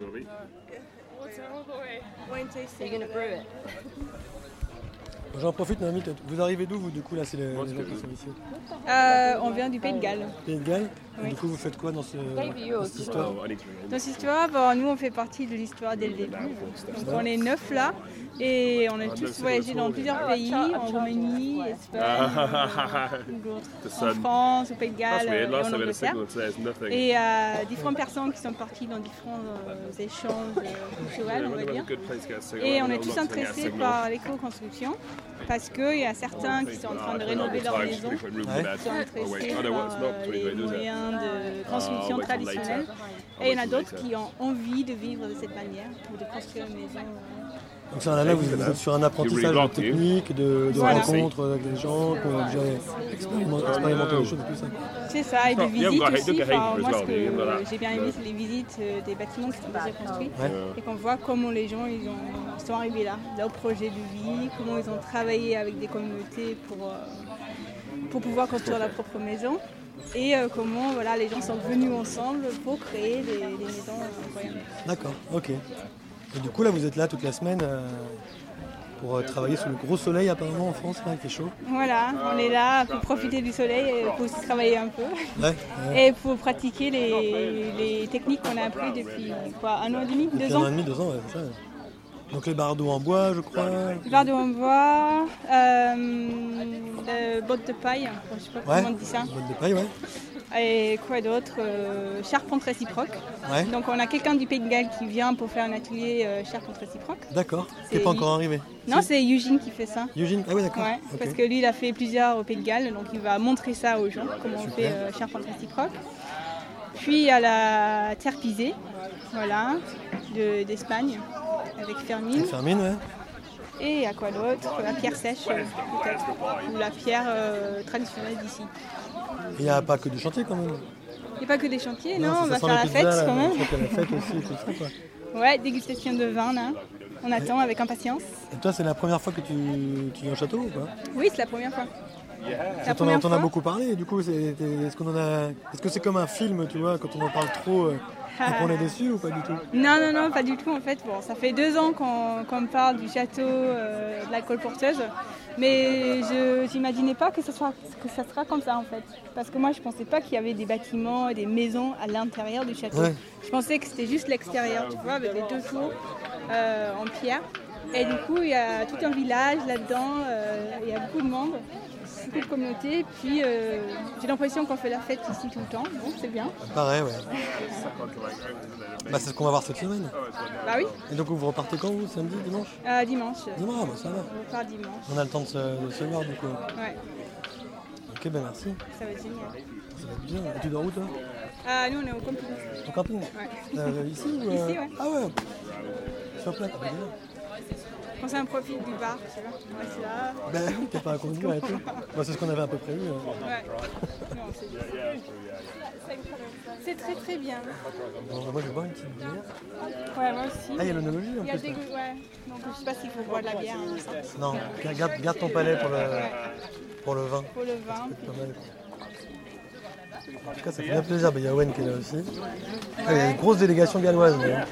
Sorry. What's wrong with it? Wine tasting. You're gonna brew it. J'en profite, Naomi, t'as- vous arrivez d'où, vous, du coup, là, c'est les, Moi, les c'est gens le- qui sont ici Euh, on vient du Pays de Galles. Pays de Galles Et Du coup, vous faites quoi dans, ce, dans cette histoire Oh, Alex, mais- Dans cette histoire, bah, nous on fait partie de l'histoire dès le début. Donc on est neuf là et on a tous voyagé dans plusieurs pays, en Roumanie, Espagne, The en sun. France, au Pays de That's Galles, weird. et Last en time we had a Angleterre. signal that says nothing. Et euh, différentes personnes qui sont parties dans différents euh, échanges euh, Yeah, culturels, on va whenever dire. a good place to get a signal, Et on whenever est a tous lot to get a intéressés signal. par l'éco-construction parce qu'il y a certains qui sont en train de rénover leur maison, qui Oh, sont intéressés par euh, les moyens de construction traditionnels. Et il y en a uh, d'autres qui ont envie de vivre de cette manière, ou de construire une maison. euh, Donc, ça, là, là, vous, vous êtes sur un apprentissage de technique, de, de Voilà. rencontres avec les gens, qu'on va déjà expériment- expérimenter des choses et tout ça. euh, C'est ça, et des Oh, yeah, we visites got hate- aussi. look at hate Enfin, as moi, ce well, yeah, but que that- j'ai bien aimé, that- c'est les visites euh, des bâtiments qui sont déjà construits. Ouais. Et qu'on voit comment les gens ils ont, sont arrivés là, leur projet de vie, comment ils ont travaillé avec des communautés pour, euh, pour pouvoir construire leur propre maison. Et euh, comment voilà, les gens sont venus ensemble pour créer des, des maisons incroyables. D'accord, ok. Et du coup, là, vous êtes là toute la semaine euh, pour euh, travailler sous le gros soleil, apparemment, en France, là, il fait chaud. Voilà, on est là pour profiter du soleil et pour se travailler un peu. Ouais, ouais. Et pour pratiquer les, les techniques qu'on a apprises depuis quoi, un an et demi, Depuis deux un an ans. et demi, deux ans, ouais, c'est ça. Donc, les bardeaux en bois, je crois. Barre de bois, euh, euh, bottes de paille, je sais pas Ouais, comment on dit ça. bottes de paille, ouais. Et quoi d'autre euh, Charpente réciproque. Ouais, Donc on a quelqu'un du Pays de Galles qui vient pour faire un atelier euh, charpente réciproque. d'accord. T'es C'est- pas encore arrivé Non, c'est Eugene qui fait ça. Eugene Ah oui, d'accord. Ouais, Ok. parce que lui, il a fait plusieurs au Pays de Galles, donc il va montrer ça aux gens, comment on fait euh, charpente réciproque. Puis à la terre pisée, voilà, de- d'Espagne, avec Fermin. Fermine, ouais. Et à quoi d'autre La pierre sèche, euh, peut-être, ou la pierre euh, traditionnelle d'ici. Il n'y a pas que du chantier quand même. Il n'y a pas que des chantiers, non, ça on va sent faire la pizza, fête là, quand Je même. crois qu'il y a la fête aussi, tout ça, quoi. Ouais, dégustation de vin, là. On attend avec impatience. Et toi, c'est la première fois que tu, tu viens au château ou pas Oui, c'est la première fois. C'est la T'en as- première t'en as fois. beaucoup parlé, du coup, c'est- est-ce qu'on en a. Est-ce que c'est comme un film, tu vois, quand on en parle trop, euh, après on est déçu ou pas du tout Non, non, non, pas du tout en fait. Bon, ça fait deux ans qu'on qu'on me parle du château euh, de la colporteuse, mais je n'imaginais pas que ce soit, que ça sera comme ça en fait. Parce que moi, je pensais pas qu'il y avait des bâtiments et des maisons à l'intérieur du château. Ouais. Je pensais que c'était juste l'extérieur, tu vois, avec les deux tours euh, en pierre. Et du coup, il y a tout un village là-dedans, euh, il y a beaucoup de monde, beaucoup de communautés. Puis euh, j'ai l'impression qu'on fait la fête ici tout le temps, donc c'est bien. Pareil, ouais. Bah, c'est ce qu'on va voir cette semaine. Bah oui, Et donc, vous repartez quand, vous Samedi, dimanche euh, dimanche. Dimanche, ah, bah, ça va. On repart dimanche. On a le temps de se, de se voir, du coup. Ouais, Ok, ben merci. ça va être génial. Ça va être bien. Et tu dors où, toi Ah, nous, on est au camping. Au camping Ouais. Euh, Ici ou. Ici, ouais. Ah ouais Sur place ah, bah, bien. Quand ça, on profite du bar, tu vois. On reste là. Ben oui, t'es pas à conduire et tout. Bon, c'est ce qu'on avait un peu prévu. hein. Ouais. Non, c'est bien. C'est très, très bien. Bon, moi, je vais boire une petite bière. Ouais, moi aussi. Ah, il y a l'onologie en Il y a plus. des... Ouais. Donc, je sais pas s'il faut boire de la bière. hein, ça. Non, garde, garde ton palais pour le, pour le vin. Pour le vin. Pas mal. En tout cas, ça fait bien plaisir. Ben, Il y a Owen qui est là aussi. Ah, il y a une grosse délégation galloise. mais, hein.